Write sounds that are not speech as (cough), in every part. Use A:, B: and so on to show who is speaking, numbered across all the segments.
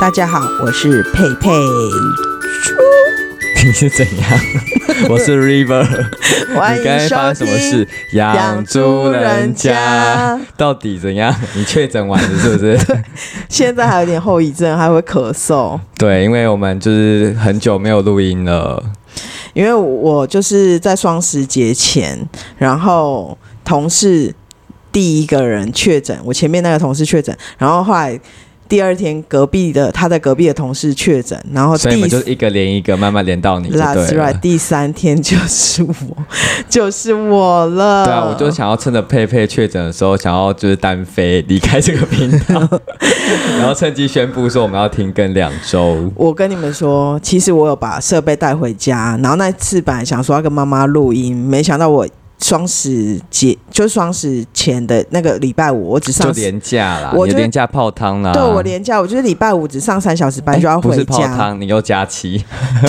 A: 大家好，我是佩佩。
B: (laughs) 你是怎
A: (laughs)
B: 样？我是 River，
A: 欢
B: 你刚才
A: 迎
B: 发
A: 收
B: 生什么
A: 听
B: 事。？养猪人家，到底怎样？ (laughs) 你确诊完了是
A: (laughs)
B: 不是？
A: 现在还有点后遗症，还会咳嗽。
B: 对，因为我们就是很久没有录音了。
A: 因为我就是在双十节前，然后同事第一个人确诊，我前面那个同事确诊，然后后来第二天隔壁的他的隔壁的同事确诊，然后
B: 所以我
A: 第
B: 们就是一个连一个，慢慢连到你就对
A: last 哦 right
B: 了。
A: 第三天就是我， (laughs) 就是我了。
B: 对啊，我就想要趁着佩佩确诊的时候，想要就是单飞离开这个频
A: (laughs)
B: 道，然后趁机宣布说我们要停更两周。
A: 我跟你们说，其实我有把设备带回家，然后那次本来想说要跟妈妈录音，没想到我双十节就是双十前的那个礼拜五，我只
B: 就
A: 上
B: 廉价啦，
A: 我
B: 你
A: 就
B: 的廉价泡汤啦。
A: 对我连假，我就是礼拜五只上三小时班就要
B: 哎不
A: 啊回
B: 是泡
A: 家。
B: 汤，你又加七， (laughs)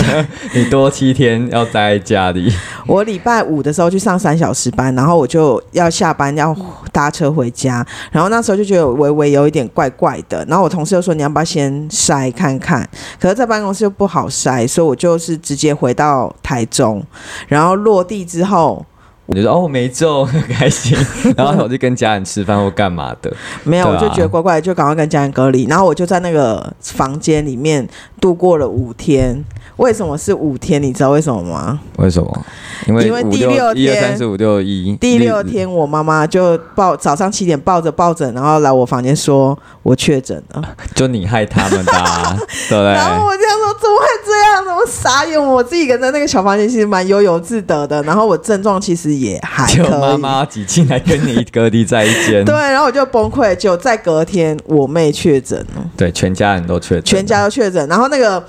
B: 你多七天要待在家里。
A: 我礼拜五的时候去上三小时班，然后我就要下班要搭车回家，然后那时候就觉得微微有一点怪怪的，然后我同事就说你要不要先筛看看，可是在办公室又不好筛，所以我就是直接回到台中，然后落地之后
B: 我就说哦没中，很
A: (laughs)
B: 开心。然后我就跟家人吃饭或干嘛的，
A: 没有，
B: 对
A: 我
B: 啊
A: 就觉得怪怪的，就赶快跟家人隔离。然后我就在那个房间里面度过了五天。为什么是五天？你知道为什么吗？
B: 为什么？因为
A: 因为
B: 五
A: 第六
B: 一二
A: 天
B: 三四五六一，
A: 第六
B: 日，
A: 天，我妈妈就抱早上七点抱着抱枕，然后来我房间说我确诊了。
B: 就你害他们
A: (laughs)
B: 的啊，对不
A: 然后
B: 对？
A: 我这样说怎么会这样？怎么傻眼？我自己一个人在那个小房间，其实蛮悠游自得的。然后我症状其实也还
B: 就
A: 可以。
B: 妈妈挤进来跟你隔离在一间，
A: 对，然后我就崩溃。就在隔天，我妹确诊了。
B: 对，全家人都确诊，
A: 全家都确诊，然后那个。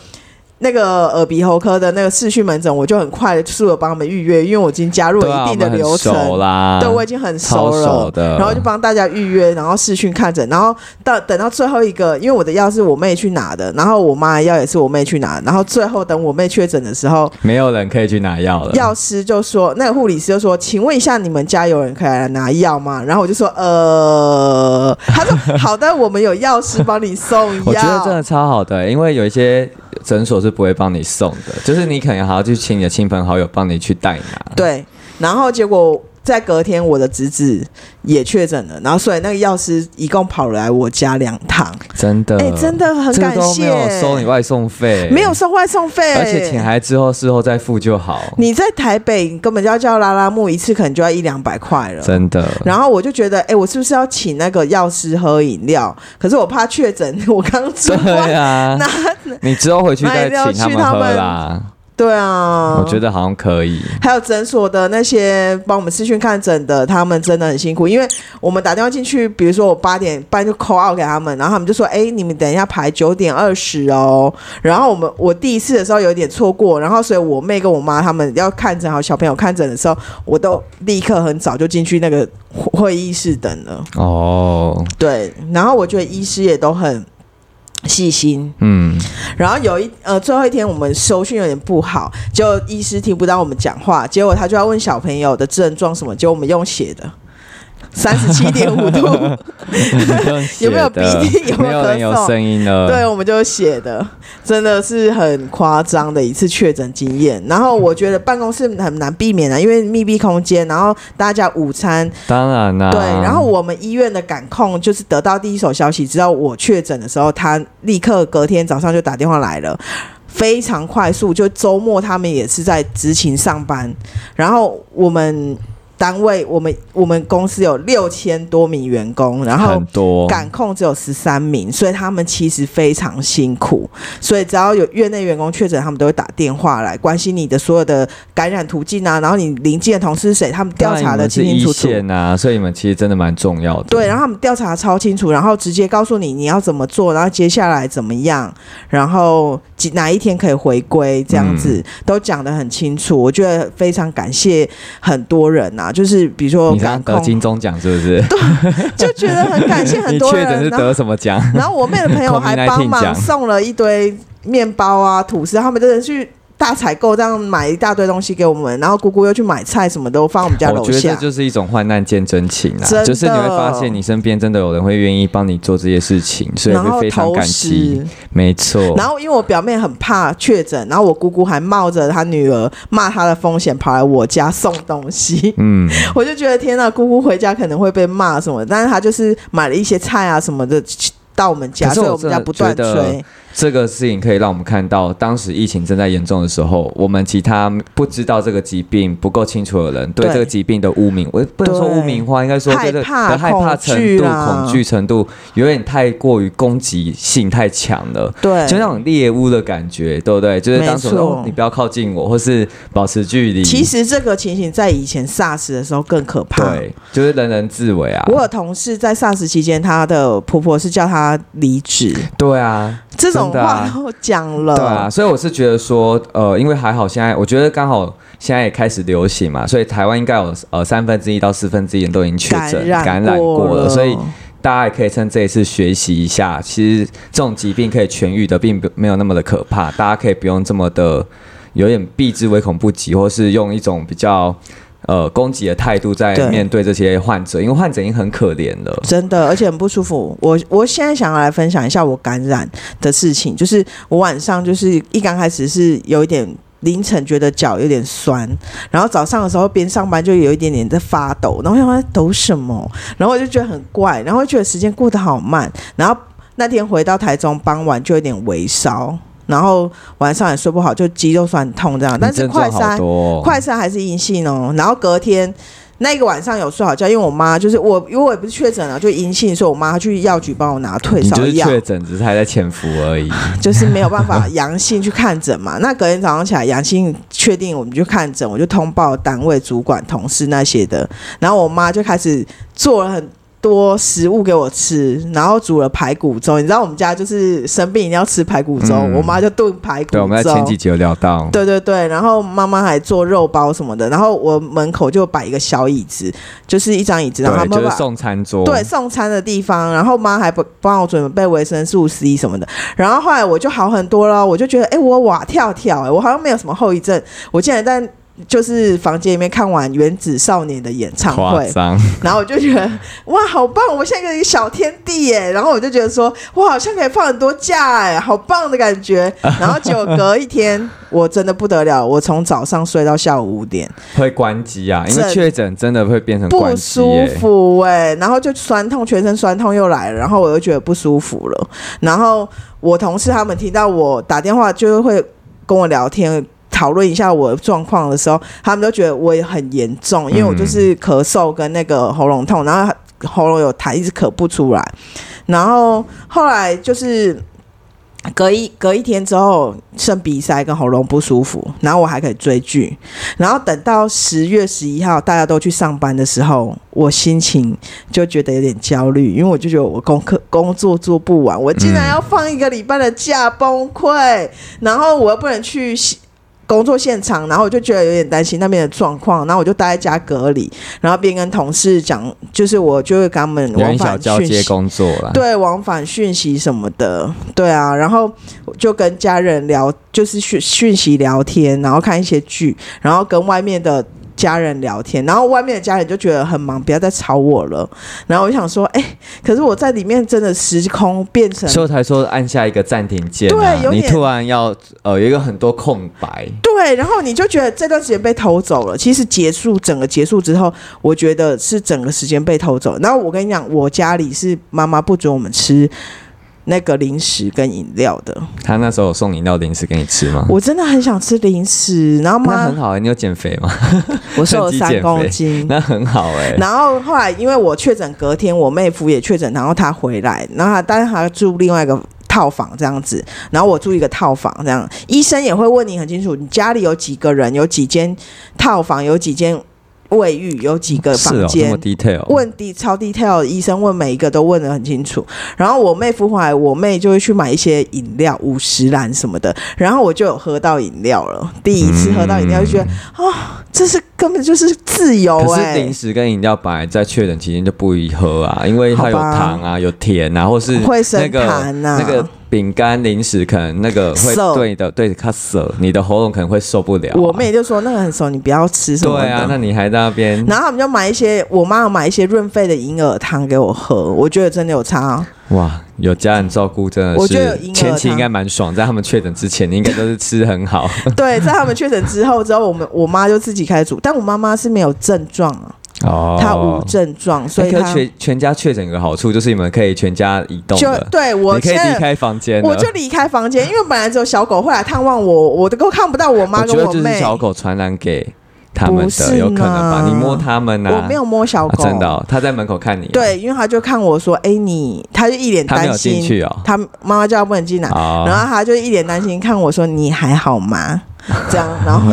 A: 那个耳鼻喉科的那个视讯门诊，我就很快速的帮他们预约，因为我已经加入
B: 对
A: 了
B: 啊，
A: 一
B: 我
A: 定的
B: 们很
A: 流程，
B: 熟啦，
A: 对我已经很熟
B: 啊超
A: 了，
B: 熟的，
A: 然后就帮大家预约，然后视讯看诊，然后到等到最后一个，因为我的药是我妹去拿的，然后我妈的药也是我妹去拿的，然后最后等我妹确诊的时候，
B: 没有人可以去拿药了，
A: 药师就说，那个护理师就说，请问一下，你们家有人可以来拿药吗？然后我就说，呃，他说好的，我们有药师帮你送药。
B: 我觉得真
A: 哦
B: 的超好的、因为有一些诊所是不会帮你送的，就是你可能还要去请你的亲朋好友帮你去代拿。
A: 对，然后结果在隔天我的侄子也确诊了，然后所以那个药师一共跑来我家两趟，
B: 真的，
A: 哎、真的很
B: (laughs) 这个
A: 感
B: 都
A: 谢，
B: 没有收你外送费，
A: 没有，收外送费，
B: 而且钱还之后事后再付就好，
A: 你在台北你根本就要叫拉拉木一次，可能就要一两百块了。
B: 真的。
A: 然后我就觉得，哎、我是不是要请那个药师喝饮料？可是我怕确诊，我刚出
B: 对
A: 关。
B: 啊，你之后回去嗯再请他们喝
A: 那一定
B: 啦。
A: 对啊，
B: 我觉得好像可以，
A: 还有诊所的那些帮我们视讯看诊的，他们真的很辛苦，因为我们打电话进去，比如说我八点半就 call out 给他们，然后他们就说：“哎、你们等一下排九点二十哦。”然后我们我第一次的时候有点错过，然后所以我妹跟我妈他们要看诊，还有小朋友看诊的时候，我都立刻很早就进去那个会议室等了。
B: 哦，
A: 对，然后我觉得医师也都很细心，
B: (laughs) 嗯，
A: 然后有一呃最后一天我们收讯有点不好，就医师听不到我们讲话，结果他就要问小朋友的症状什么，结果我们用写的。三十七点五度，有没有鼻涕有
B: 有
A: 没有
B: 没有人有
A: 咳嗽
B: 声音了？
A: 对，我们就写的，真的是很夸张的一次确诊经验。然后我觉得办公室很难避免啊，因为密闭空间，然后大家午餐
B: 当然啦、
A: 对，然后我们医院的感控就是得到第一手消息，知道我确诊的时候，他立刻隔天早上就打电话来了。非常快速，就周末他们也是在执勤上班，然后我们单位，我们我们公司有六千多名员工，然后
B: 很多
A: 感控只有十三名，所以他们其实非常辛苦。所以只要有院内员工确诊，他们都会打电话来关心你的所有的感染途径啊，然后你临近的同事是谁，他们调查的清清楚楚
B: 当然你们是一。线啊，所以你们其实真的蛮重要的。
A: 对，然后他们调查超清楚，然后直接告诉你你要怎么做，然后接下来怎么样，然后几哪一天可以回归，这样子、
B: 嗯
A: 都讲得很清楚。我觉得非常感谢很多人啊，就是比如说
B: 你刚
A: 感
B: 刚得
A: 控，
B: 金钟奖是不是？
A: 就觉得很感
B: (laughs)
A: 谢很
B: 你
A: 多
B: 确诊
A: 人。
B: 是
A: 然后
B: 得什么奖？ (laughs)
A: 然后我妹的朋友还
B: COVID-19
A: 帮忙
B: 奖
A: 送了一堆面包啊、吐司，他们真的去大采购这样买一大堆东西给我们，然后姑姑又去买菜什么的，放我们家
B: 我
A: 楼
B: 觉得这
A: 下。
B: 就是一种患难见真情啦
A: 真，的
B: 就是你会发现你身边真的有人会愿意帮你做这些事情，所以
A: 然
B: 会
A: 后
B: 非常
A: 投
B: 感激
A: 食。，
B: 没错，
A: 然后因为我表妹很怕确诊，然后我姑姑还冒着她女儿骂她的风险跑来我家送东西， (laughs)
B: 嗯，
A: 我就觉得天呐，姑姑回家可能会被骂什么的，但是她就是买了一些菜啊什么的到我们家，
B: 可是
A: 所以我
B: 我
A: 们
B: 真
A: 家
B: 的
A: 不
B: 觉
A: 断
B: 得
A: 催。
B: 这个事情可以让我们看到，当时疫情正在严重的时候，我们其他不知道这个疾病、不够清楚的人，对
A: 对
B: 这个疾病的污名，我不能说
A: 对
B: 污名化，应该说
A: 害
B: 对这个
A: 怕
B: 的害怕
A: 恐
B: 程
A: 惧
B: 度、
A: 啦
B: 恐惧程度有点太过于攻击性太强了。
A: 对，
B: 就那种猎物的感觉，对不对？就是当时
A: 没错
B: 哦，你不要靠近我，或是保持距离。
A: 其实这个情形在以前 SARS 的时候更可怕。
B: 对，就是人人自危啊。
A: 我有同事在 SARS 期间，她的婆婆是叫她离职，
B: 对啊，
A: 这种
B: 真的
A: 话
B: 啊
A: 都讲了。
B: 对啊，所以我是觉得说，呃，因为还好现在，我觉得刚好现在也开始流行嘛，所以台湾应该有呃三分之一到四分之一人都已经确诊
A: 染
B: 感染
A: 过
B: 过了，所以
A: 了
B: 大家也可以趁这一次学习一下，其实这种疾病可以痊愈的，并不没有那么的可怕，大家可以不用这么的有点避之唯恐不及，或是用一种比较呃攻击的态度在
A: 对
B: 面对这些患者，因为患者已经很可怜了。
A: 真的，而且很不舒服。我我现在想要来分享一下我感染的事情，就是我晚上就是一刚开始是有一点。凌晨觉得脚有点酸，然后早上的时候边上班就有一点点在发抖，然后我想说在抖什么，然后我就觉得很怪，然后觉得时间过得好慢，然后那天回到台中傍晚就有点微烧，然后晚上也睡不好，就肌肉酸痛这样，啊但
B: 你
A: 是
B: 症
A: 快
B: 状
A: 筛
B: 好多、哦，
A: 快筛还是阴性哦。然后隔天那个晚上有睡好觉，因为我妈就是我，因为我也不是确诊了，啊就阴性，所以我妈去药局帮我拿退
B: 你
A: 烧
B: 就是
A: 药，
B: 确诊，只是还在潜伏而已。
A: 就是没有办法阳性去看诊嘛。那隔天早上起来阳性确定，我们就看诊，我就通报单位、主管、同事那些的。然后我妈就开始做了很。多食物给我吃，然后煮了排骨粥。你知道我们家就是生病一定要吃排骨粥，
B: 嗯
A: 我妈就炖排骨粥。
B: 对，我们在前几集有聊到，
A: 对对对，然后妈妈还做肉包什么的，然后我门口就摆一个小椅子，就是一张椅子，
B: 对，
A: 然后他
B: 就
A: 们
B: 是
A: 把。
B: 送餐桌，
A: 对送餐的地方，然后妈还不帮我准备维生素 C 什么的，然后后来我就好很多了，我就觉得哎、诶我哇跳跳、诶我好像没有什么后遗症，我竟然在就是房间里面看完《原子少年》的演唱
B: 夸
A: 会，
B: 张，
A: 然后我就觉得哇，好棒！我像一个小天地耶。然后我就觉得说，哇，好像可以放很多假哎，好棒的感觉。然后结果隔一天，我真的不得了，我从早上睡到下午五点，
B: 会关机啊，因
A: 这
B: 为确诊真的会变成
A: 不
B: 关机
A: 舒
B: 耶、
A: 服哎、然后就酸痛，全身酸痛又来了，然后我又觉得不舒服了。然后我同事他们听到我打电话，就会跟我聊天。讨论一下我的状况的时候，他们都觉得我也很严重，因为我就是
B: 嗯
A: 咳嗽跟那个喉咙痛，然后喉咙有痰，一直咳不出来。然后后来就是隔一隔一天之后，剩鼻塞跟喉咙不舒服，然后我还可以追剧。然后等到十月十一号大家都去上班的时候，我心情就觉得有点焦虑，因为我就觉得我功课 (laughs) 工作做不完，我竟然要放一个礼拜的假，崩溃。然后我又不能去西工作现场，然后我就觉得有点担心那边的状况，然后我就待在家隔离，然后边跟同事讲，就是我就会跟他们
B: 有
A: 往
B: 点小
A: 返
B: 交
A: 讯
B: 接
A: 息。
B: 工作啦。
A: 对，往返讯息什么的，对啊，然后就跟家人聊，就是讯讯息聊天，然后看一些剧，然后跟外面的家人聊天，然后外面的家人就觉得很忙，不要再吵我了。然后我就想说，哎、可是我在里面真的时空变成
B: 所以我才说按下一个暂停键、啊，
A: 对有
B: 你
A: 点
B: 突然要呃有一个很多空白，
A: 对，然后你就觉得这段时间被偷走了。其实结束整个结束之后，我觉得是整个时间被偷走。然后我跟你讲，我家里是妈妈不准我们吃那个零食跟饮料的。
B: 他那时候有送饮料零食给你吃吗？
A: 我真的很想吃零食，然后
B: 那
A: 妈
B: 很，好、欸，你有减肥吗？
A: 我瘦了
B: 趁机减
A: 三
B: 肥
A: 公斤。
B: 那很好哎、
A: (laughs) 然后后来因为我确诊，隔天我妹夫也确诊，然后他回来，然后他但是他住另外一个。套房这样子，然后我住一个套房这样，医生也会问你很清楚，你家里有几个人，有几间套房，有几间卫浴，有几个
B: 是
A: 房
B: 哦，那
A: 间，
B: 么 detail，
A: 问的超 detail，医生问每一个都问得很清楚。然后我妹孵化来，我妹就会去买一些饮料，五十兰什么的。然后我就有喝到饮料了，第一次喝到饮料就觉得，哦，这是根本就是自由
B: 嗯可是啊
A: 哎、
B: 零食跟饮料本来在确诊期间就不宜喝啊，因为它有
A: 好吧
B: 糖啊、有甜啊，或是
A: 会升
B: 那个、
A: 糖啊
B: 那个饼干零食，可能那个会
A: 涩
B: 对的，对它涩，你的喉咙可能会受不了啊、
A: 我妹就说那个很熟，你不要吃什么的。
B: 对啊，那你还在那边
A: 然后他们就买一些，我妈有买一些润肺的银耳汤给我喝，我觉得真的有差、
B: (laughs)
A: 哦。
B: 哇，有家人照顾真的
A: 我觉得有
B: 是
A: 婴儿
B: 前期
A: 糖
B: 应该蛮爽，在他们确诊之前，你应该都是吃很好。
A: 对，在他们确诊之后，之后我们我妈就自己开始煮，但我妈妈是没有症状啊，
B: 哦
A: 她无症状，所
B: 欸
A: 以
B: 可
A: 她
B: 是全全家确诊有个好处就是你们可以全家移动
A: 就
B: 了，
A: 对我
B: 你可以
A: 现
B: 离
A: 在
B: 开房间了。
A: 我就离开房间，因为本来只有小狗会来探望我，我都看不到我妈
B: 我哦觉
A: 跟
B: 得就
A: 妹
B: 是。小狗传染给他们
A: 不是
B: 的，有可能吧？
A: 呢
B: 你摸他们呐、
A: 我没有摸小
B: 啊
A: 狗，
B: 真的、哦，他在门口看你、啊。，
A: 对，因为他就看我说：“哎、你。”他就一脸
B: 他没有
A: 担心
B: 进去哦
A: 他妈妈叫他不能进来，
B: 哦
A: 然后他就一脸担心看我说：“你还好吗？” (laughs) 这样，然
B: (laughs)
A: 后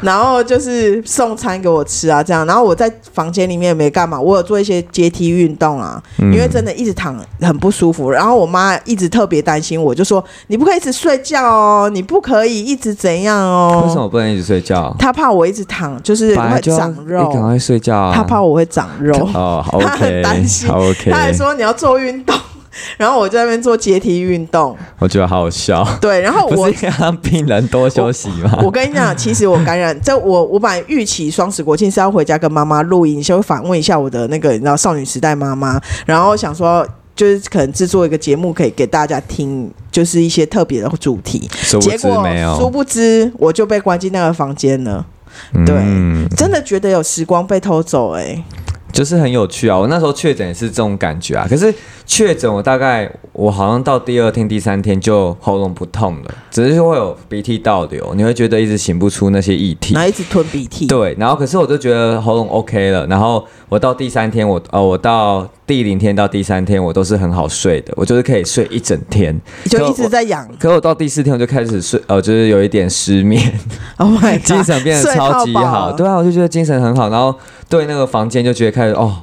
A: 然后就是送餐给我吃啊，这样。然后我在房间里面也没干嘛，我有做一些阶梯运动啊，
B: 嗯
A: 因为真的一直躺很不舒服。然后我妈一直特别担心我，就说：“你不可以一直睡觉哦，你不可以一直怎样
B: 为什
A: 哦。
B: 么不能一直睡觉”？
A: 她怕我一直躺，就是
B: 本来
A: 会
B: 就要
A: 长肉
B: 你，赶快睡觉啊！
A: 她怕我会长肉。
B: (laughs) 哦好
A: 他很
B: ，OK，
A: 担心
B: 好 OK，
A: 他还说你要做运动， (laughs) 然后我在那边做阶梯运动，
B: 我觉得好好笑。
A: 对，然后
B: 不
A: 我
B: 是应该让病人多休息吗？ (laughs)
A: 我跟你讲，其实我感染这我我本来预期双十国庆是要回家跟妈妈录音，先访问一下我的那个你知道少女时代妈妈，然后想说。就是可能制作一个节目，可以给大家听，就是一些特别的主题。
B: 殊不
A: 结
B: 知
A: 果
B: 没
A: 殊
B: 有，
A: 不知，我就被关进那个房间了。对
B: 嗯
A: 真的觉得有时光被偷走、欸，
B: 就是很有趣啊！我那时候确诊也是这种感觉啊，可是确诊我大概我好像到第二天、第三天就喉咙不痛了，只是会有鼻涕倒流，你会觉得一直擤不出那些液体
A: 然。后一直吞鼻涕。
B: 对，然后可是我就觉得喉咙 OK 了，然后我到第三天，我呃，我到第零天到第三天，我都是很好睡的，我就是可以睡一整天，
A: 就一
B: 可
A: 直
B: 我
A: 在痒。
B: 可我到第四天我就开始睡，呃，就是有一点失眠，
A: Oh
B: (laughs)
A: my god！
B: 精神变得
A: 睡
B: 超
A: 到
B: 级
A: 饱
B: 好，对啊，我就觉得精神很好，然后对那个房间就觉得开始哦，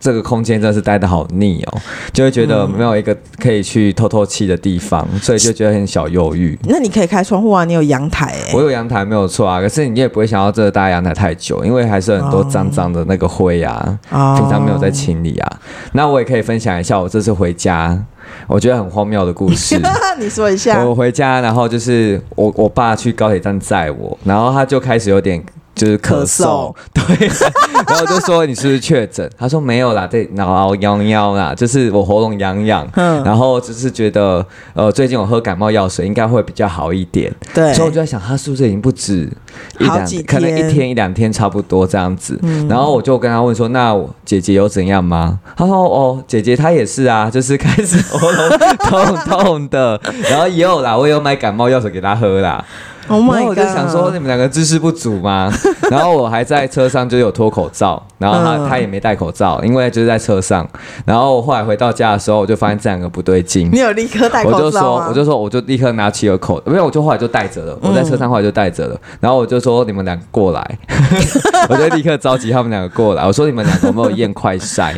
B: 这个空间真的是待的好腻哦，就会觉得
A: 嗯
B: 没有一个可以去透透气的地方，所以就觉得很小忧郁。
A: 那你可以开窗户啊，你有阳台哎、
B: 我有阳台没有错啊，可是你也不会想要这待阳台太久，因为还是有很多脏脏的那个灰啊，
A: 哦
B: 平常没有在清理啊。那我也可以分享一下我这次回家，我觉得很荒谬的故事。
A: (laughs) 你说一下，
B: 我回家，然后就是我我爸去高铁站载我，然后他就开始有点就是咳嗽， (laughs) 对，啊然后我就说你是不是确诊？他说没有啦，对，然后痒痒啦，就是我喉咙痒痒，
A: 嗯
B: 然后只是觉得呃最近我喝感冒药水应该会比较好一点，
A: 对，
B: 所以我就在想，他是不是已经不止一
A: 哎好
B: 两
A: 几，
B: 可能
A: 天嗯
B: 一天一两天差不多这样子。然后我就跟他问说：“那我姐姐有怎样吗？”他说：“哦，姐姐她也是啊，就是开始 (laughs) 喉咙痛痛的，然后也有啦，我也有买感冒药水给她喝啦。”
A: Oh
B: 然
A: my
B: 后
A: god！
B: 我就想说，你们两个知识不足吗？然后我还在车上就有脱口罩，然后他、
A: 嗯
B: 他也没戴口罩，因为就是在车上。然后我后来回到家的时候，我就发现这两个不对劲
A: 你。有立刻戴
B: 我就
A: 口罩
B: 说
A: 吗，嗯
B: 我就说，我就立刻拿起了口，没有，我就后来就带着了，我在车上后来就带着了，然后我就说你们两个
A: (laughs)
B: 过来，我就立刻召集他们两个过来，我说你们两个有没有验快筛？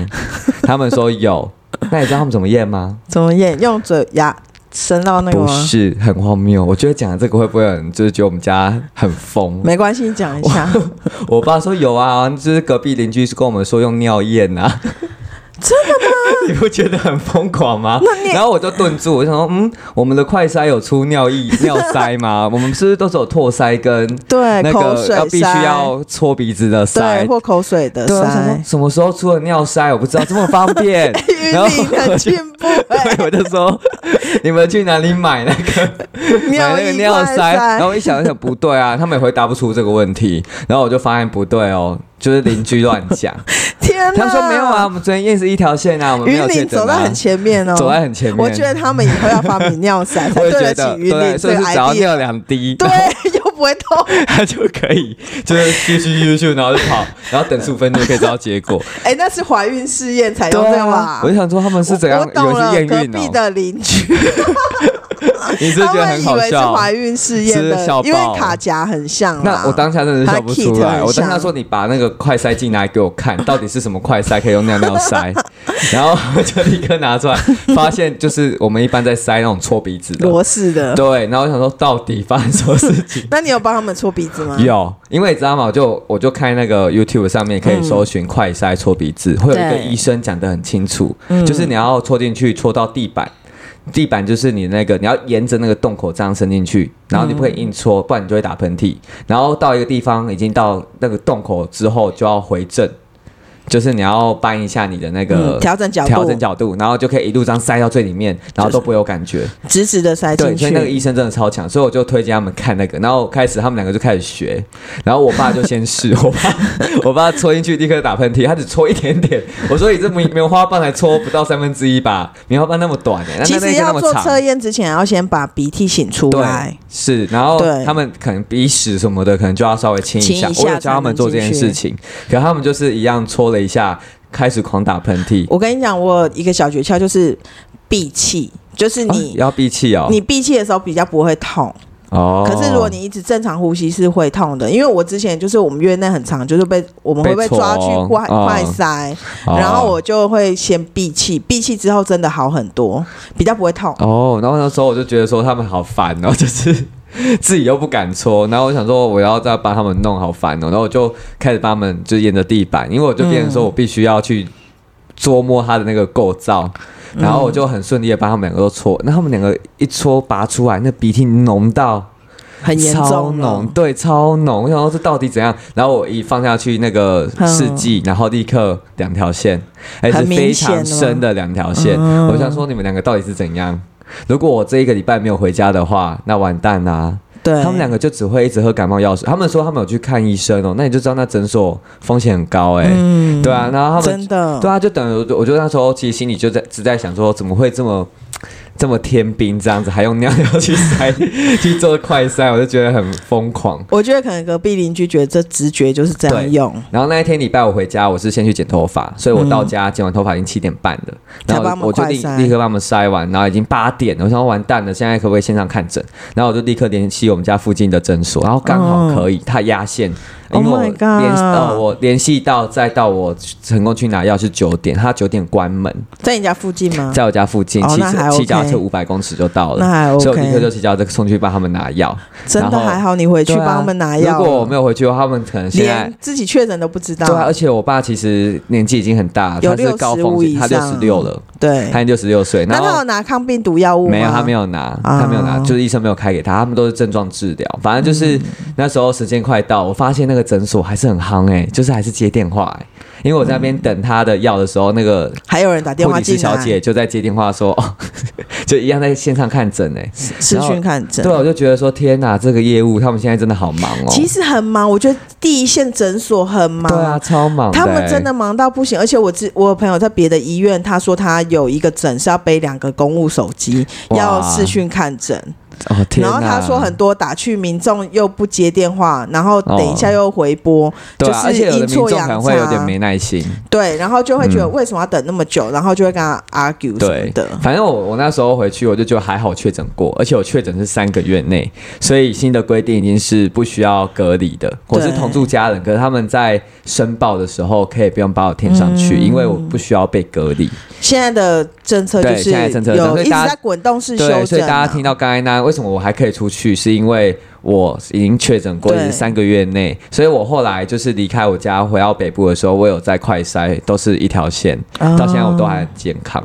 B: 他们说有，那你知道他们怎么验吗？
A: 怎么验？用嘴牙伸到那个
B: 不
A: 吗？
B: 是，很荒谬。我觉得讲的这个会不会有人就是觉得我们家很疯？
A: 没关系，你讲一下，
B: (laughs) 我爸说有啊，就是隔壁邻居是跟我们说用尿验啊。
A: 真
B: 的吗？ (laughs) 你不觉得很疯狂吗？然后我就顿住，我想说，嗯，我们的快筛有出
A: (laughs)
B: 尿液、尿塞吗？我们是不是都是有唾塞跟
A: (laughs) 对，
B: 那
A: 哎口
B: 个
A: 水
B: 要必须
A: 塞
B: 要搓鼻子的
A: 对
B: 塞？
A: 或口水的
B: 对，我想说
A: 塞。。
B: 什么时候出了尿塞？我不知道，这么方便
A: (laughs) 云
B: 然后
A: 林
B: 我
A: 很
B: 就
A: 进步哎，
B: 对，我就说你们去哪里买那个买那个
A: 液
B: 尿
A: 快
B: 塞？然后我一想一想，不对啊，他们也回答不出这个问题。然后我就发现不对哦，就是邻居乱
A: (laughs)
B: 讲。
A: 天哪！
B: 他们说没有啊，我，们昨天验是一条线啊，我们没
A: 云
B: 有确
A: 林
B: 诊
A: 走在
B: 啊
A: 很。前面哦，
B: 走在很前面
A: 我觉得他们以后要发明尿塞，才
B: (laughs) 我也
A: 对
B: 觉
A: 得起
B: 得，
A: 云林
B: 对，所
A: 这
B: 以
A: 个
B: 是只要
A: idea。
B: 尿两滴，
A: 对，又不会痛。
B: (laughs) 他就可以就是咻咻咻咻，然后就跑，然后等十五分钟就可以知道结果。
A: 哎，那是怀孕试验才用
B: 对
A: 哎这
B: 啊
A: 个吧
B: 我？就想说他们是怎
A: 我
B: 样，以
A: 懂
B: 为
A: 了，
B: 是验
A: 隔
B: 孕
A: 壁
B: 哦，
A: 的邻居。
B: 你是不
A: 他
B: 是觉得
A: 们
B: 很
A: 以
B: 好
A: 为是
B: 笑？
A: 怀孕试验
B: 是笑
A: 的，
B: 爆
A: 因为卡夹很像啦。
B: 那我当下真的是笑不出
A: 嗯他 kit 很
B: 来，
A: 像
B: 我当下说你把那个快塞进来给我看，到底是什么快塞可以用尿尿塞？然后我就立刻拿出来，发现就是我们一般在塞那种搓鼻子的，
A: 螺丝的。？
B: 对，然后我想说到底发生什么事情
A: 那你有帮他们搓鼻子吗？
B: 有，因为你知道吗？我就我就看那个 YouTube 上面可以搜寻快塞搓鼻子，会有一个
C: 对
B: 医生讲得很清楚，就是你要戳进去，戳到地板。地板就是你那个，你要沿着那个洞口这样伸进去，然后你不可以硬戳，不然你就会打喷嚏。然后到一个地方已经到那个洞口之后，就要回正，就是你要扳一下你的那个
A: 嗯调整角度
B: 调整角度，然后就可以一路这样塞到最里面，然后都不会有感觉。
A: 直直的塞
B: 对，
A: 进
B: 所
A: 去
B: 以那。个医生真的超强，所以我就推荐他们看那个，然后开始他们两个就开始学，然后我爸就先试，我爸我爸哎戳进去立刻打喷嚏，他只戳一点点，我说你这棉棉花棒才戳不到三分之一吧，棉花棒那么短哎、欸，那
A: 其
B: 那那
A: 实
B: 一根那
A: 要
B: 么
A: 做
B: 长
A: 测验之前，要先把鼻涕擤出来
B: 对。，是，然后
A: 对
B: 他们可能鼻屎什么的，可能就要稍微清一下。
A: 清一下
B: 我有教他们做这件事情，可他们就是一样搓了一下，开始狂打喷嚏。
A: 我跟你讲，我有一个小诀窍就是闭气，就是
B: 啊
A: 你、
B: 要闭气哦，
A: 你闭气的时候比较不会痛。
B: 哦，
A: 可是如果你一直正常呼吸是会痛的，因为我之前就是我们院内很长，就是被我们会被
B: 被戳
A: 抓去快
B: 哦
A: 快塞，
B: 哦
A: 然后我就会先闭气，闭气之后真的好很多，比较不会痛。
B: 哦，然后那时候我就觉得说他们好烦哦， (laughs) 就是自己又不敢搓，然后我想说我要再帮他们弄，好烦哦，然后我就开始帮他们就沿着地板，因为我就变成说我必须要去捉摸它的那个构造。然后我就很顺利的帮他们两个都搓，那他们两个一搓拔出来，那鼻涕浓到
A: 很严
B: 超
A: 重哦了
B: 浓，对，超浓。我想说这到底怎样？然后我一放下去那个试剂，然后立刻两条线，还
A: 嗯
B: 是
A: 很明
B: 非
A: 显哦嗯了
B: 常
A: 吗
B: 深的两条线。我想说你们两个到底是怎样？如果我这一个礼拜没有回家的话，那完蛋啦、
A: 对，
B: 他们两个就只会一直喝感冒药水。他们说他们有去看医生哦，那你就知道那诊所风险很高哎、
A: 嗯
B: 对啊，然后他们
A: 真的
B: 对啊，就等于我就我就那时候其实心里就在只在想说，怎么会这么这么天兵这样子，还用尿尿去塞 (laughs) 去做快塞，我就觉得很疯狂。
A: 我觉得可能隔壁邻居觉得这直觉就是这
B: 对
A: 样用，
B: 然后那一天礼拜我回家，我是先去剪头发，所以我到家剪完头发已经七点半了，
A: 嗯才
B: 然
A: 帮他
B: 后
A: 们
B: 我就
A: 快
B: 立
A: 塞
B: 立刻帮他们筛完，然后已经八点了，我想说完蛋了，现在可不可以线上看诊？然后我就立刻联系我们家附近的诊所，然后刚好可以，他压线，因
A: 嗯 Oh
B: 为我
A: my
B: 联
A: God
B: 呃我联系到再到我成功去拿药是九点，他九点关门，
A: 在你家附近吗？
B: 在我家附近
A: 哦
B: 骑
A: 那还
B: 车骑脚踏
A: OK
B: 车五百公尺就到
A: 那
B: 了。
A: 还 OK，
B: 所以我立刻就骑脚踏车送去帮他们拿药，
A: 真的
B: 然后
A: 还好，你回去
B: 对啊
A: 帮他们拿药了。
B: 如果我没有回去的话，他们可能现在
A: 连自己确诊都不知道。
B: 对啊，而且我爸其实年纪已经很大了，
A: 有
B: 他是高风险，
A: 65
B: 他
A: 以
B: 六
A: 上
B: 十六了，
A: 对
B: 他六十六岁，
A: 那
B: 然
A: 他有
B: 后。
A: 拿抗病毒药物吗？
B: 没有，他没
A: 有。
B: 有拿，
A: 啊
B: 他没有拿，就是医生没有开给他，他们都是症状治疗。反正就是
A: 嗯
B: 那时候时间快到，我发现那个诊所还是很夯哎、就是还是接电话哎、因为我在那边等他的药的时候，那个
A: 还有人嗯打电
B: 护
A: 话
B: 理师
A: 进来，
B: 小姐就在接电话说，哦、 (laughs) 就一样在线上看诊哎、
A: 视讯看诊
B: 对，。我就觉得说天哪，这个业务他们现在真的好忙哦。
A: 其实很忙，我觉得第一线诊所很忙。
B: 对啊，超忙的欸、
A: 他们真的忙到不行，而且我知我有朋友在别的医院，他说他有一个诊是要背两个公务手机，
B: 哇
A: 要视讯看诊，
B: 哦天
A: 然后
B: 哪。
A: 他说很多打去民众又不接电话，然后等一下又回拨，
B: 对
A: 就
B: 啊，而
A: 是
B: 且有的
A: 阴
B: 民
A: 错
B: 众可
A: 阳差。
B: 能会有点没耐心。
A: 对，然后就会觉得
B: 嗯
A: 为什么要等那么久，然后就会跟他 argue 什么
B: 对
A: 的，。
B: 反正我我那时候回去，我就觉得还好确诊过，而且我确诊是三个月内，所以新的规定已经是不需要隔离的。我是同住家人，可是他们在申报的时候可以不用把我填上去，
A: 嗯
B: 因为我不需要被隔离。
A: 现在的政策就
B: 对
A: 是
B: 现在政策
A: 有
B: 所
A: 一
B: 以
A: 直
B: 大家
A: 在滚动式修正、啊，
B: 对，所以大家听到刚才那为什么我还可以出去，是因为我已经确诊过，已
A: 对
B: 经三个月内，所以我后来就是离开我家回到北部的时候，我有在快筛，都是一条线，
A: 哦
B: 到现在我都还很健康。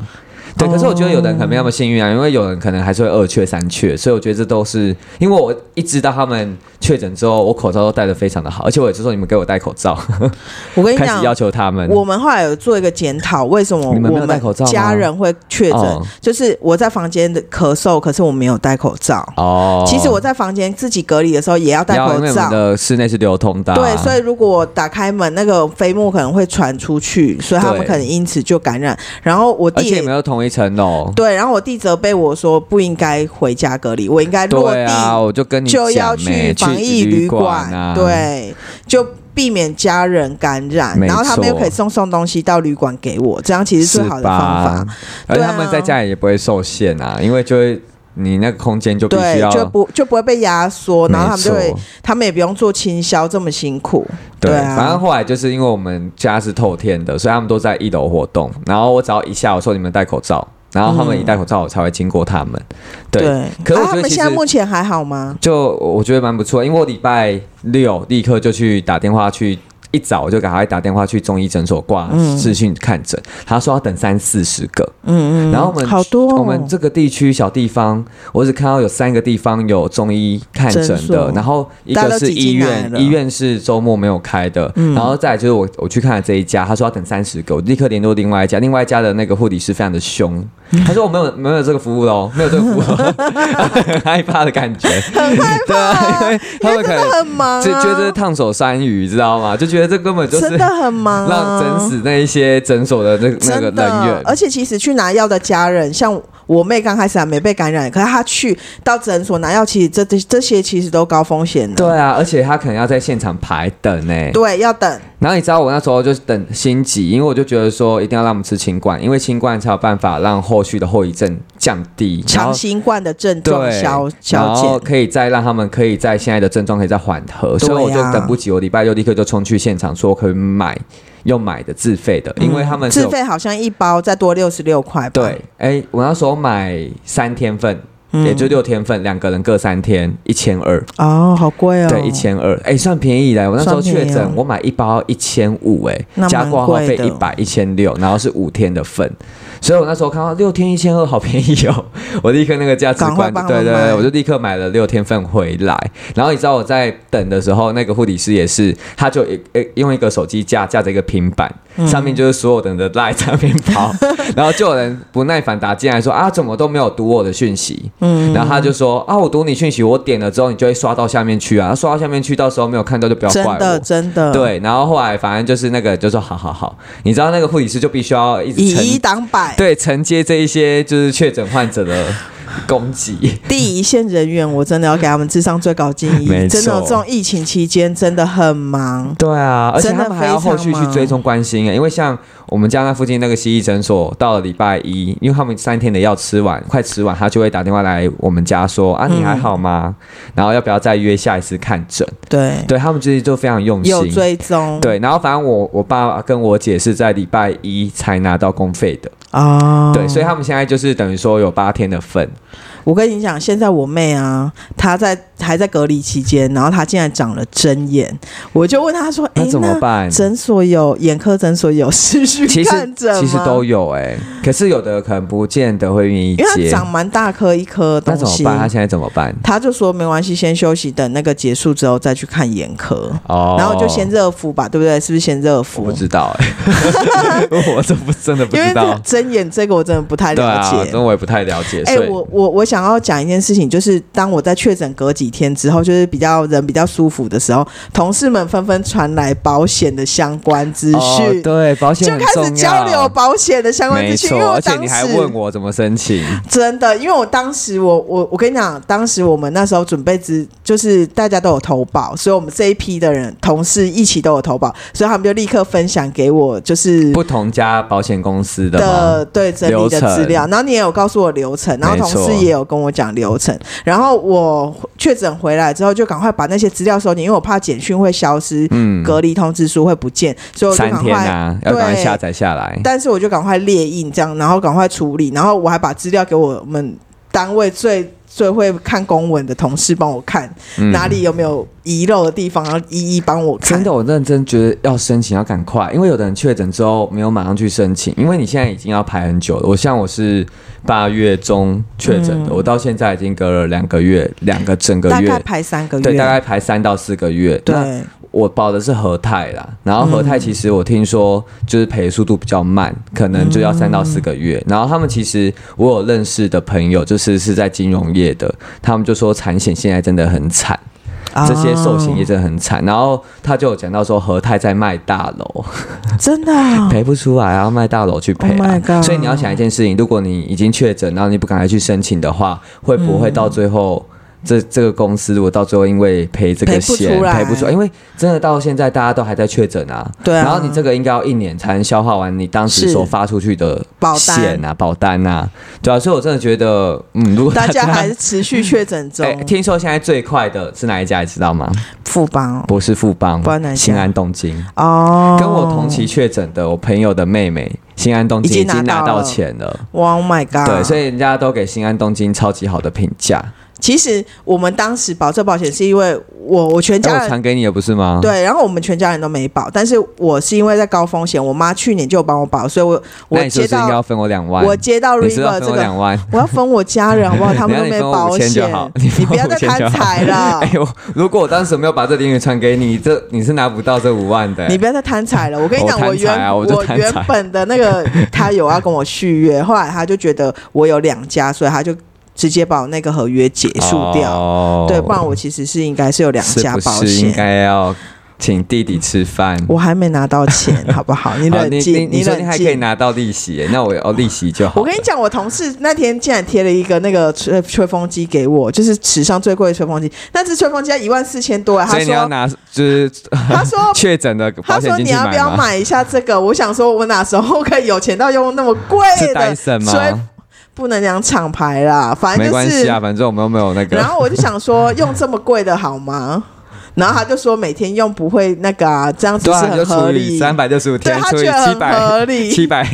B: 对，可是我觉得有的人可能没那么幸运啊，因为有人可能还是会二确三确，所以我觉得这都是因为我一知道他们确诊之后，我口罩都戴得非常的好，而且我也就说你们给我戴口
A: (laughs)
B: 罩， (laughs)
A: 我跟你
B: 开始要
A: 讲。
B: 求他们。
A: 我们后来有做一个检讨，为什么我
B: 嗯你们没有戴口罩吗
A: 家人会确诊？
B: 哦
A: 就是我在房间的咳嗽，可是我没有戴口罩。
B: 哦，
A: 其实我在房间自己隔离的时候也要戴
B: 要
A: 口
B: 因为我
A: 罩
B: 们，的室内是流通的啊、
A: 对，所以如果我打开门，那个飞沫可能会传出去，所以他们
B: 对
A: 可能因此就感染。然后我
B: 而
A: 弟
B: 且
A: 也
B: 你们又同一层楼，
A: 对，然后我弟责备我说不应该回家隔离，我应该落
B: 对
A: 地、
B: 啊，我就跟你
A: 就要
B: 讲没
A: 去防疫
B: 去旅
A: 馆，
B: 啊，，
A: 对，就避免家人感染，
B: 没
A: 然后他们又
B: 错
A: 可以送送东西到旅馆给我，这样其实是
B: 是
A: 最好的方法
B: 吧。？而且他们
A: 对啊
B: 在家里也不会受限啊，因为就会你那个空间就必须
A: 对，
B: 要
A: 就不就不会被压缩，然后他们就
B: 没
A: 会
B: 错，
A: 他们也不用做清销这么辛苦。
B: 对，
A: 对啊
B: 反正后来就是因为我们家是透天的，所以他们都在一楼活动。然后我只要一下，我说你们戴口罩，然后他们一戴口罩，我才会经过他们。对，可
A: 啊
B: 是我觉
A: 他
B: 得
A: 们
B: 其实
A: 现在目前还好吗？
B: 就我觉得蛮不错，因为我礼拜六立刻就去打电话去。一早我就赶快打电话去中医诊所挂视讯看诊，他说要等三四十个，
A: 嗯嗯，
B: 然后我们
A: 好多哦
B: 我们这个地区小地方，我只看到有三个地方有中医看
A: 诊
B: 诊
A: 所
B: 的，然后一
A: 大家都
B: 个是
A: 挤
B: 医
A: 进来
B: 院，
A: 了嗯
B: 医院是周末没有开的，然后再来就是我我去看了这一家，他说要等三十个，我立刻联络另外一家，另外一家的那个护理师非常的凶，他说我没有没有这个服务喽，没有这个服务，很 (laughs) 害怕的感觉，很害怕，因为他们可
A: 真的
B: 能
A: 很忙、啊，
B: 就觉得烫手山芋，知道吗？就觉得这根本就是
A: 真的很忙、
B: 让
A: 啊，
B: 整死那一些诊所的那个那
A: 真
B: 个
A: 的
B: 人员，
A: 而且其实去拿药的家人，像我妹刚开始还没被感染，可是她去到诊所拿药，其实这这这些其实都高风险的。
B: 对啊，而且他可能要在现场排等呢、
A: 对，要等。
B: 然后你知道我那时候就是等心急，因为我就觉得说一定要让我们吃清冠，因为清冠才有办法让后续的后遗症降低，然
A: 长
B: 后
A: 新冠的症状
B: 对，
A: 消
B: 然
A: 消减，
B: 后可以再让他们可以在现在的症状可以再缓和，
A: 对啊
B: 所以我就等不及，我礼拜六立刻就冲去现场说可以买用买的自费的，因为他们
A: 嗯
B: 是
A: 自
B: 有
A: 费好像一包再多六十六块吧。
B: 对，哎，我那时候买三天份，
A: 嗯
B: 也就六天份，两个人各三天，一千二。
A: 哦，好贵哦，
B: 对，一，千二，哎，算便宜嘞。我那时候
A: 算便
B: 确
A: 宜
B: 诊
A: 哦，
B: 我买一包一千五，
A: 那
B: 哎，
A: 蛮
B: 加挂号费
A: 贵的
B: 一百一千六，然后是五天的份，所以我那时候看到六天一千二，好便宜哦，我立刻那个价值
A: 赶快
B: 观，
A: 帮他
B: 对对
A: 买
B: 对，我就立刻买了六天份回来。然后你知道我在等的时候，那个护理师也是，他就一诶用一个手机架架着一个平板，
A: 嗯
B: 上面就是所有的人的 line 上面
A: (laughs)
B: 跑，然后就有人不耐烦打进来说啊，怎么都没有读我的讯息，嗯，然后他就说啊，我读你讯息，我点了之后你就会刷到下面去啊，刷到下面去，到时候没有看到就不要
A: 真
B: 怪
A: 的
B: 我。
A: 真的，，
B: 对，然后后来反正就是那个就说好好好，你知道那个护理师就必须要一直
A: 以一
B: 承
A: 挡百，
B: 对承接这一些就是确诊患者的攻击，
A: 第一线人员，我真的要给他们致上最高敬意。
B: (laughs) 没错
A: 真的，这种疫情期间真的很忙，
B: 对啊，而且
A: 真的
B: 他们还要
A: 非
B: 后
A: 常
B: 续去
A: 忙
B: 追踪关心、欸，因为像我们家那附近那个西医诊所，到了礼拜一，因为他们三天的药吃完，快吃完，他就会打电话来我们家说啊，你还好吗？
A: 嗯
B: 然后要不要再约下一次看诊？
A: 对，
B: 对他们就是就非常用
A: 有
B: 心。
A: 追踪，
B: 对，然后反正我我爸跟我姐是在礼拜一才拿到公费的，
A: 哦，哎
B: 对，所以他们现在就是等于说有八天的份，
A: 我跟你讲，现在我妹啊，她在还在隔离期间，然后她竟然长了针眼，我就问她说：“哎、
B: 那怎么办？
A: 诊所有眼科诊所有 (laughs) 视讯
B: 其实
A: 看诊吗？
B: 其实都有哎、可是有的可能不见得会愿意
A: 因为
B: 接
A: 她，长蛮大颗一颗
B: 那
A: 东
B: 怎么
A: 西，
B: 办？他现在怎么办？
A: 她就说没关系，先休息，等那个结束之后再去看眼科。
B: 哦，
A: 然后就先热敷吧，对不对？是不是先热
B: 我不
A: 敷？(laughs)
B: 知道哎、我这不真的不
A: 因为
B: 知道，
A: 针眼这个我真的不太
B: 对
A: 了
B: 啊，
A: 解。
B: 真我也不太了解，
A: 哎、
B: 所以
A: 我我我想要讲一件事情，就是当我在确诊隔几天之后，就是比较人比较舒服的时候，同事们纷纷传来保险的相关资讯，
B: 哦、对保
A: 就
B: 险很
A: 开始
B: 重
A: 交流
B: 要。
A: 保险的相关
B: 没
A: 资讯。因为
B: 错，
A: 我
B: 而且
A: 当
B: 你
A: 时
B: 还问我怎么申请，
A: 真的，因为我当时我我我跟你讲，当时我们那时候准备资，就是大家都有投保，所以我们这一批的人同事一起都有投保，所以他们就立刻分享给我，就是
B: 不同家保险公司的吗？
A: 的对整理的
B: 流程
A: 资料，然后你也有告诉我流程，然后
B: 没
A: 同
B: 错
A: 事也有跟我讲流程，然后我确诊回来之后就赶快把那些资料收集，因为我怕简讯会消失，
B: 嗯
A: 隔离通知书会不见，所以我就
B: 三
A: 赶
B: 天
A: 快。
B: 啊，要赶快
A: 对
B: 下载下来。
A: 但是我就赶快列印这样，然后赶快处理，然后我还把资料给我们单位最最会看公文的同事帮我看、
B: 嗯
A: 哪里有没有遗漏的地方，然后一一帮我看。
B: 真的，我认真觉得要申请要赶快，因为有的人确诊之后没有马上去申请，因为你现在已经要排很久了。我像我是八月中确诊的，我到现在已经隔了两个月，两个整个
A: 嗯大概
B: 月，
A: 排三个月，
B: 对，大概排三到四个月。那
A: 对嗯
B: 我报的是和泰啦，然后和泰其实我听说就是赔的速度比较慢，可能
A: 嗯
B: 就要三到四个月。然后他们其实我有认识的朋友，就是是在金融业的，他们就说产险现在真的很惨，这些寿险
A: 哦
B: 业真的很惨。然后他就有讲到说和泰在卖大楼，
A: 真的啊、
B: 赔不出来，然后卖大楼去赔
A: Oh my
B: 啊。
A: god
B: 所以你要想一件事情，如果你已经确诊，然后你不赶快去申请的话，会不会到最后？嗯这这个公司如果到最后因为赔这个
A: 赔不
B: 钱
A: 出来
B: 赔不出来，因为真的到现在大家都还在确诊啊，
A: 对啊
B: 然后你这个应该要一年才能消化完你当时
A: 是
B: 所发出去的
A: 保单
B: 险啊、保单啊，对啊，所以我真的觉得，嗯，如果
A: (laughs) 大家
B: 家
A: 还是持续确诊中
B: (laughs) 哎、，听说现在最快的是哪一家，你知道吗？
A: 富邦哦
B: 不是富邦
A: 不然哪一，家
B: 新安东京。
A: 哦，
B: 跟我同期确诊的我朋友的妹妹，新安东京
A: 已
B: 已
A: 经拿
B: 经拿
A: 到
B: 到
A: 了
B: 钱了。
A: 哇，Oh my god！
B: 对，所
A: 以
B: 以人家都给新安东京超级好的评价。
A: 其实我们当时保这保险是因为我我全
B: 哎
A: 家
B: 我啊
A: 人
B: 传给你的不是吗？，
A: 对，然后我们全家人都没保，但是我是因为在高风险，我妈去年就有帮我保，所以我
B: 那
A: 我
B: 你是
A: 接
B: 不是应该
A: 到
B: 要分我两万？
A: 我接到
B: 你是不是要
A: River
B: 分
A: 这
B: 我
A: 个，
B: 两万。
A: 我要分我家人
B: (laughs)
A: 好不好？他们都
B: 等
A: 没
B: 一下你分我
A: 保
B: 5000就
A: 险
B: 好，你，分
A: 你不要
B: 我
A: 再
B: 5000
A: 贪
B: 就好
A: 财了
B: 哎。呦，如果我当时没有把这零元传给你，这你是拿不到这五万的、
A: 你不要再贪财了，我跟你
B: 哎
A: 讲，我
B: 我贪财
A: 原
B: 啊我就
A: 我
B: 贪
A: 原
B: 财
A: 本的那
B: (laughs)
A: 个他有要跟我续约，后来他就觉得我有两家，所以他就直接把我那个合约结束掉。
B: 哦
A: 对，不然我其实是应该是有两
B: 是
A: 家
B: 不
A: 保
B: 是应
A: 险，
B: 该要请弟弟吃饭？
A: 我还没拿到
B: (laughs)
A: 钱，好不好？你
B: 好
A: 冷
B: 你你
A: 静，
B: 你说你
A: 冷
B: 还可以
A: 静。
B: 拿到利息耶，那我哦利息就好了。
A: 我跟你讲，我同事那天竟然贴了一个那个吹吹风机给我，就是史上最贵的吹风机，那只吹风机要一万四千多啊。他
B: 所以你要
A: 说，
B: 拿就是
A: 他说
B: 确诊的
A: 他
B: 保险
A: 说
B: 进
A: 你
B: 去
A: 要不要
B: 买吗？
A: 买一下这个？我想说，我哪时候可以有钱到用那么贵
B: 是戴
A: 的？
B: 森
A: 所以
B: 吗？
A: 不能讲厂牌啦，反正
B: 没
A: 就
B: 关
A: 是。
B: 系啊，反正我们又没有那
A: 然
B: 个。
A: 后我就想说，用这么贵的好吗？然后他就说每天用不会那个啊，这样子
B: 对
A: 是
B: 啊，你就
A: 很合
B: 除
A: 理。
B: 以三百六十五
A: 对
B: 天，
A: 他
B: 除
A: 觉
B: 以
A: 得
B: 七
A: 很
B: 百
A: 合理，
B: (laughs) 七百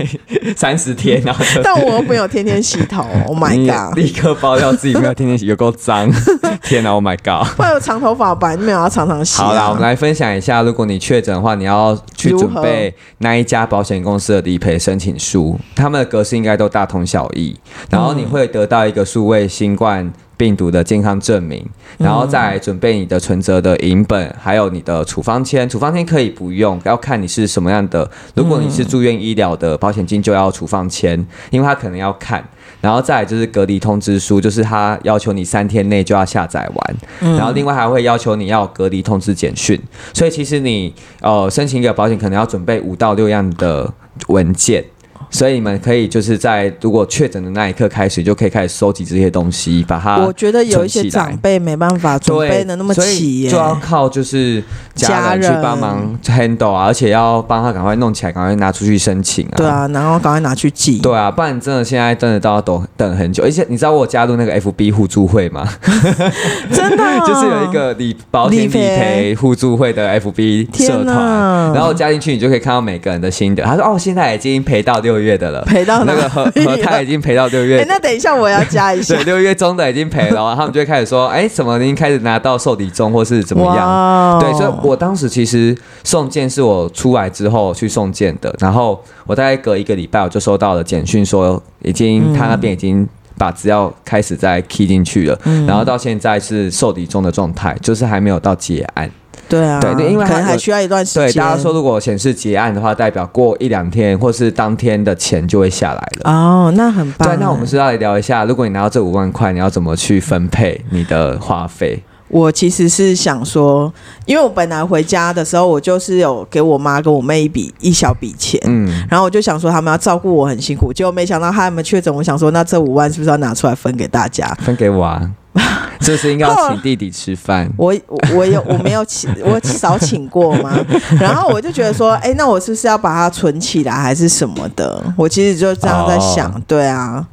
B: 三十天，然后就
A: 但我又没有天天洗
B: (laughs)
A: 头。Oh my
B: 你
A: god！
B: 立刻爆料自己没有天天洗，有够脏！
A: (laughs)
B: 天哪，Oh my god！
A: 不然我长头发，我本来就没有要常常洗、啊。
B: 好啦，我们来分享一下，如果你确诊的话，你要去
A: 如何
B: 准备那一家保险公司的理赔申请书，他们的格式应该都大同小异。然后你会得到一个数位新冠病毒的健康证明，
A: 嗯
B: 然后再准备你的存折的银本，还有你的处方签。处方签可以不用，要看你是什么样的。如果你是住院医疗的，保险金就要处方签，因为他可能要看。然后再来就是隔离通知书，就是他要求你三天内就要下载完，
A: 嗯
B: 然后另外还会要求你要有隔离通知简讯。所以其实你呃申请一个保险，可能要准备五到六样的文件。所以你们可以就是在如果确诊的那一刻开始，就可以开始收集这些东西，把它
A: 我觉得有一些
B: 存起来
A: 长辈没办法准
B: 对，
A: 备的那么
B: 所
A: 齐
B: 以
A: 耶、
B: 就要靠就是家人
A: 家
B: 去
A: 人
B: 帮忙 handle 啊，而且要帮他赶快弄起来，赶快拿出去申请啊。
A: 对，啊，然后赶快拿去寄。
B: 对啊，不然真的现在真的都要等等很久。而且你知道我加入那个 FB 互助会吗？ (laughs)
A: 真的啊、
B: 就是有一个理保险理
A: 理赔
B: 赔互助会的 FB
A: 天
B: 社团
A: 哪，
B: 然后加进去你就可以看到每个人的心得。他说哦，现在已经赔到六月的了，
A: 赔到哪
B: 那
A: (laughs)
B: 个和和泰已经赔到六
A: 哎、
B: 月
A: 那等一下我要加一下
B: 对，。六月中的已经赔了，然后他们就会开始说，哎，怎么已经开始拿到受理中，或 (laughs) 是怎么样？
A: 哇哦
B: 对，所以我当时其实送件是我出来之后去送件的，然后我大概隔一个礼拜我就收到了简讯说，已
A: 嗯
B: 经他那边已经把资料开始在 key 进去了，
A: 嗯
B: 然后到现在是受理中的状态，就是还没有到结案。
A: 对啊，
B: 对因为
A: 可
B: 他
A: 能还
B: 有
A: 需要一段时间。
B: 对，大家说如果显示结案的话，代表过一两天或是当天的钱就会下来了。
A: 哦，那很棒。
B: 对，那我们是要来聊一下，如果你拿到这五万块，你要怎么去分配你的花费？
A: 我其实是想说，因为我本来回家的时候，我就是有给我妈跟我妹一笔一小笔钱，
B: 嗯，
A: 然后我就想说他们要照顾我很辛苦，结果没想到他们确诊，我想说那这五万是不是要拿出来分给大家？
B: 分给
A: (laughs)
B: 我啊，这是应该要请
A: 哦
B: 弟弟吃饭。
A: 我我我有我没有请我少请过
B: (laughs)
A: 吗？然后我就觉得说，哎、那我是不是要把它存起来还是什么的？我其实就这样在想，对啊，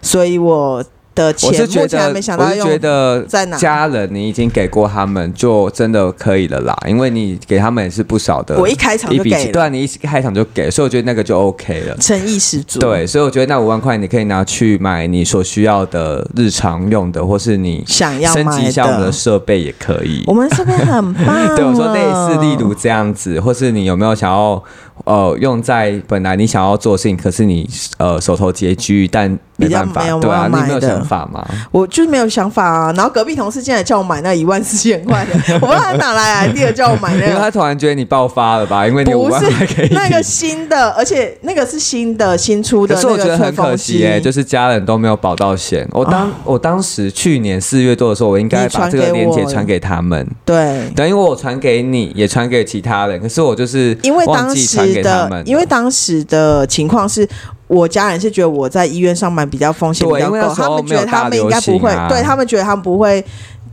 A: 所以我的钱
B: 哦我是觉
A: 目前还
B: 得
A: 没想，
B: 我
A: 到
B: 是觉
A: 用
B: 得
A: 在哪。
B: 家人你已经给过他们，就真的可以了啦，因为你给他们也是不少的，
A: 我一开场
B: 一
A: 就
B: 笔
A: 给
B: 钱，对
A: 了，
B: 啊，你一开场就给，所以我觉得那个就 OK 了。
A: 诚意十足。
B: 对，所以我觉得那五万块你可以拿去买你所需要的日常用的，或是你
A: 想要
B: 升
A: 买
B: 级一下我们的设备也可以。。
A: 我们这边很棒
B: (laughs)
A: 啊
B: 对，我说类似，例如这样子，或是你有没有想要呃用在本来你想要做的事情，可是你呃手头拮据，但没办法
A: 比较没，有
B: 对啊，
A: 办
B: 你
A: 法
B: 没有
A: 买的
B: 想法吗？
A: 我就是没有想法啊。然后隔壁同事竟然叫我买那一万四千块的，
B: (laughs)
A: 我不知道他哪来 i d e 叫我买
B: 因
A: 那
B: 为他
A: 个。
B: 突然觉得你爆发了吧？因为你五
A: 不
B: 万块可
A: 是
B: 以
A: 那个
B: 提。
A: 新的，而且那个是新的新出的
B: (laughs)
A: 那
B: 可是我觉得
A: 个吹
B: 很可
A: 风
B: 惜
A: 机，
B: 哎、就是家人都没有保到险。我
A: 啊
B: 当、我当时去年四月多的时候，我应该
A: 你
B: 把
A: 传
B: 这个
A: 给
B: 链接
A: 我
B: 传给他们，
A: 对，
B: 对，因为我传给你，也传给其他人，可是我就是
A: 因为
B: 忘
A: 当
B: 记传
A: 时
B: 给他们
A: 的
B: 了，
A: 因为当时的情况是。我家人是觉得我在医院上班比较风险比
B: 对
A: 较
B: 因为那
A: 高，
B: 时
A: 他
B: 候
A: 们觉得他
B: 没
A: 们
B: 有
A: 应
B: 大
A: 该不
B: 流行
A: 会，
B: 啊
A: 对他们觉得他们不会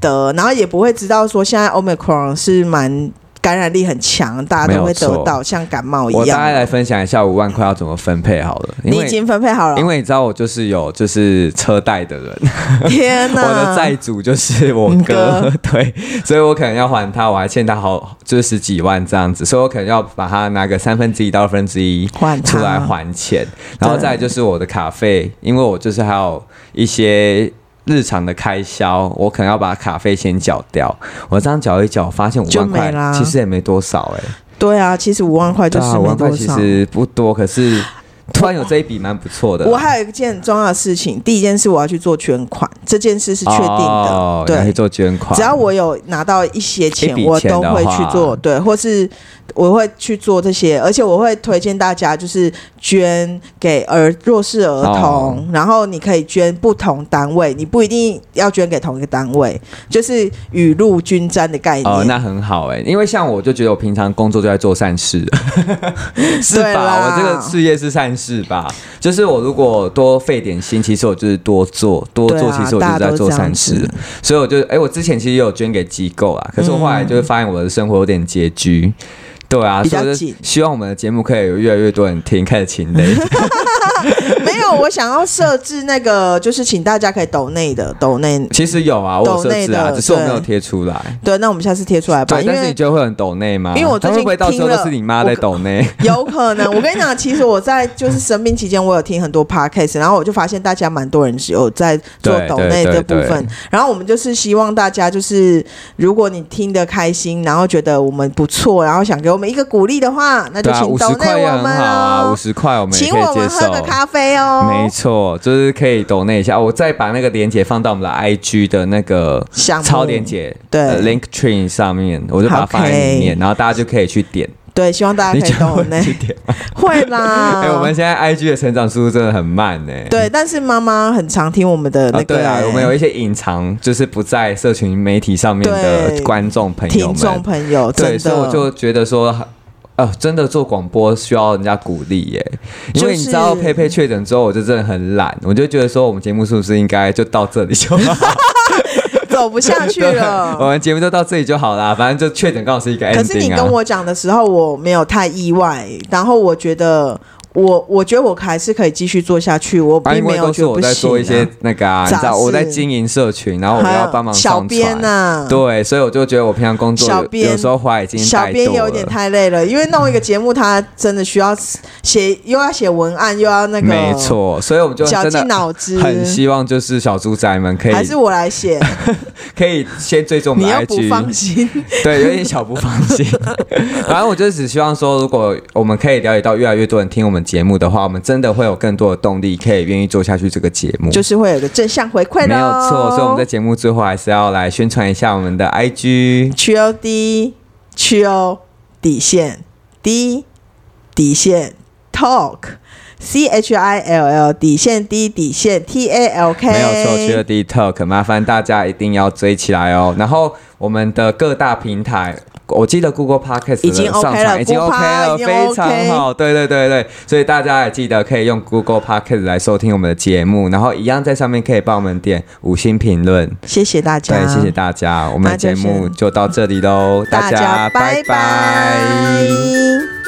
A: 得，然后也不会知道说现在 Omicron 是蛮感染力很强，大家都
B: 没
A: 会
B: 有
A: 得
B: 错
A: 到，像感冒一
B: 我大概
A: 样。
B: 来分享一下五万块要怎么分配好了，因
A: 你
B: 为
A: 已经分配好了
B: 因，为你知道我就是有就是车贷的人，
A: (laughs) 天
B: 我
A: 哪！
B: 的债主就是我
A: 嗯
B: 哥， (laughs) 对，所以我可能要还他，我还欠他好就是十几万这样子，所以我可能要把他拿个三分之一到二分之一
A: 还他
B: 出来还钱，然后再来就是我的卡费，因为我就是还有一些。日常的开销，我可能要把卡费先缴掉。我这样缴一缴，发现五
A: 就
B: 万
A: 没
B: 块
A: 啦
B: 其实也没多少哎、
A: 对啊，其实五万块就
B: 对
A: 是
B: 啊，五
A: 没
B: 万块
A: 多
B: 其
A: 少。
B: 实不多，可是突然有这一笔蛮不错的啦。
A: 我还有一件很重要的事情，第一件事我要去做捐款，这件事是确定的。
B: 哦、你要去
A: 对，
B: 做捐款，
A: 只要我有拿到一些钱
B: 一，笔
A: 我
B: 钱
A: 都
B: 的
A: 会去
B: 话
A: 做，对，或是我会去做这些，而且我会推荐大家就是捐给儿弱势儿童，
B: 哦
A: 然后你可以捐不同单位，你不一定要捐给同一个单位，就是雨露均沾的概念。
B: 哦，那很好哎、因为像我就觉得我平常工作就在做善事， (laughs) 是
A: 对
B: 吧？
A: 啦
B: 我这个事业是善事吧？就是我如果多费点心，其实我就是多做多
A: 对
B: 做，
A: 啊
B: 其实我就是在做善事
A: 大家都这样。
B: 所以我就哎、我之前其实也有捐给机构啊，可是我后来就会发现我的生活有点拮据。对啊，
A: 比较
B: 所以我就
A: 紧
B: 希望我们的节目可以有越来越多人听，开始勤
A: (laughs)
B: 累。
A: (laughs) 没有，我想要设置那个，就是请大家可以抖内的抖内。
B: 其实有啊，我有设置
A: 抖内
B: 啊，
A: 的
B: 只是我没有
A: 对
B: 贴出来。
A: 对，那我们下次贴出来吧，
B: 对，
A: 因
B: 但是
A: 为
B: 你就会很抖内吗？
A: 因为我最
B: 那
A: 近
B: 会不会到时候
A: 听
B: 都
A: 了
B: 是你妈在抖内？ (laughs)
A: 有可能，我跟你讲，其实我在就是生病期间，我有听很多 podcast，然后我就发现大家蛮多人是有在做
B: 对
A: 抖
B: 对
A: 内
B: 对
A: 这部
B: 对
A: 分。然后我们就是希望大家就是，如果你听得开心，然后觉得我们不错，然后想给我们一个鼓励的话，那就
B: 对啊，
A: 请
B: 五
A: 抖
B: 十
A: 内
B: 块也
A: 我
B: 很
A: 们
B: 好啊，
A: 哦
B: 五，十块我们也
A: 请
B: 可以
A: 我
B: 接
A: 们喝
B: 受
A: 个。咖啡哦，
B: 没错，就是可以抖那一下，我再把那个链接放到我们的 IG 的那个
A: 项目
B: 超链接呃
A: 对
B: Link Train 上面，我就把它放在里面
A: OK
B: 然后大家就可以去点，
A: 对，希望大
B: 你
A: 家可以
B: 就
A: 抖
B: 去
A: 内，
B: 点。
A: 会啦。
B: (laughs) 哎、我们现在 IG 的成长速度真的很慢呢、
A: 对，但是妈妈很常听我们的那
B: 啊，
A: 个、
B: 对啊，我们有一些隐藏，就是不在社群媒体上面的
A: 对
B: 观众朋友
A: 听
B: 们，
A: 众朋友，
B: 对，
A: 真
B: 所以我
A: 的，
B: 就觉得说，呃，真的做广播需要人家鼓励耶，因为你
A: 就是
B: 知道佩佩确诊之后，我就真的很懒，我就觉得说，我们节目是不是应该就到这里就好？
A: 走不下去了
B: (laughs) 对。我们节目就到这里就好啦，反正就确诊刚好是一个 ending 啊。
A: 啊可是你跟我讲的时候，我没有太意外，然后我觉得我我觉得我还是可以继续做下去，我
B: 啊，
A: 并
B: 因
A: 没
B: 为
A: 有
B: 都
A: 觉
B: 是
A: 得不
B: 我
A: 行、啊。
B: 在做一些那个啊，你
A: 杂
B: 知道我在
A: 事
B: 经营社群，然后我
A: 还有
B: 要帮忙
A: 小
B: 上
A: 编
B: 传。
A: 呐、
B: 对，所以我就觉得我平常工作
A: 小
B: 有
A: 编
B: 有时候花已经
A: 小
B: 太
A: 编
B: 多
A: 有
B: 了
A: 点太累了，因为弄一个节目，他真的需要写，又要写文案，又要那个，
B: 没，错，所以我们就
A: 绞
B: 真
A: 尽
B: 的
A: 脑汁。
B: 很希望就是小猪仔们可以
A: 还是我来写，
B: 可以先追 (laughs) 踪我
A: 你
B: 们的
A: 又不
B: IG，
A: 放心。
B: (laughs) 对，有点小不放心。 (laughs) 反正我就只希望说，如果我们可以了解到越来越多人听我们节目的话，我们真的会有更多的动力，可以愿意做下去这个节目。
A: 就是会有个正向回馈哦
B: 没有
A: 咯
B: 错，所以我们在节目最后还是要来宣传一下我们的 IG。
A: QOD QO 底线 D 底线 Talk C H I L L 底线 D 底线 T A L K
B: 没有错，去了 D Talk，麻烦大家一定要追起来哦。然后我们的各大平台，我记得 Google Podcast
A: 已经 OK
B: 上传
A: 了
B: 已经
A: Google
B: OK 了，
A: 已经
B: 非常
A: OK
B: 好。对对对对，所以大家也记得可以用 Google Podcast 来收听我们的节目，然后一样在上面可以帮我们点五星评论。
A: 谢谢大家，
B: 对，谢谢大家，我们
A: 那
B: 的
A: 就
B: 节
A: 是
B: 目就到这里喽，
A: 大
B: 家
A: 拜
B: 拜拜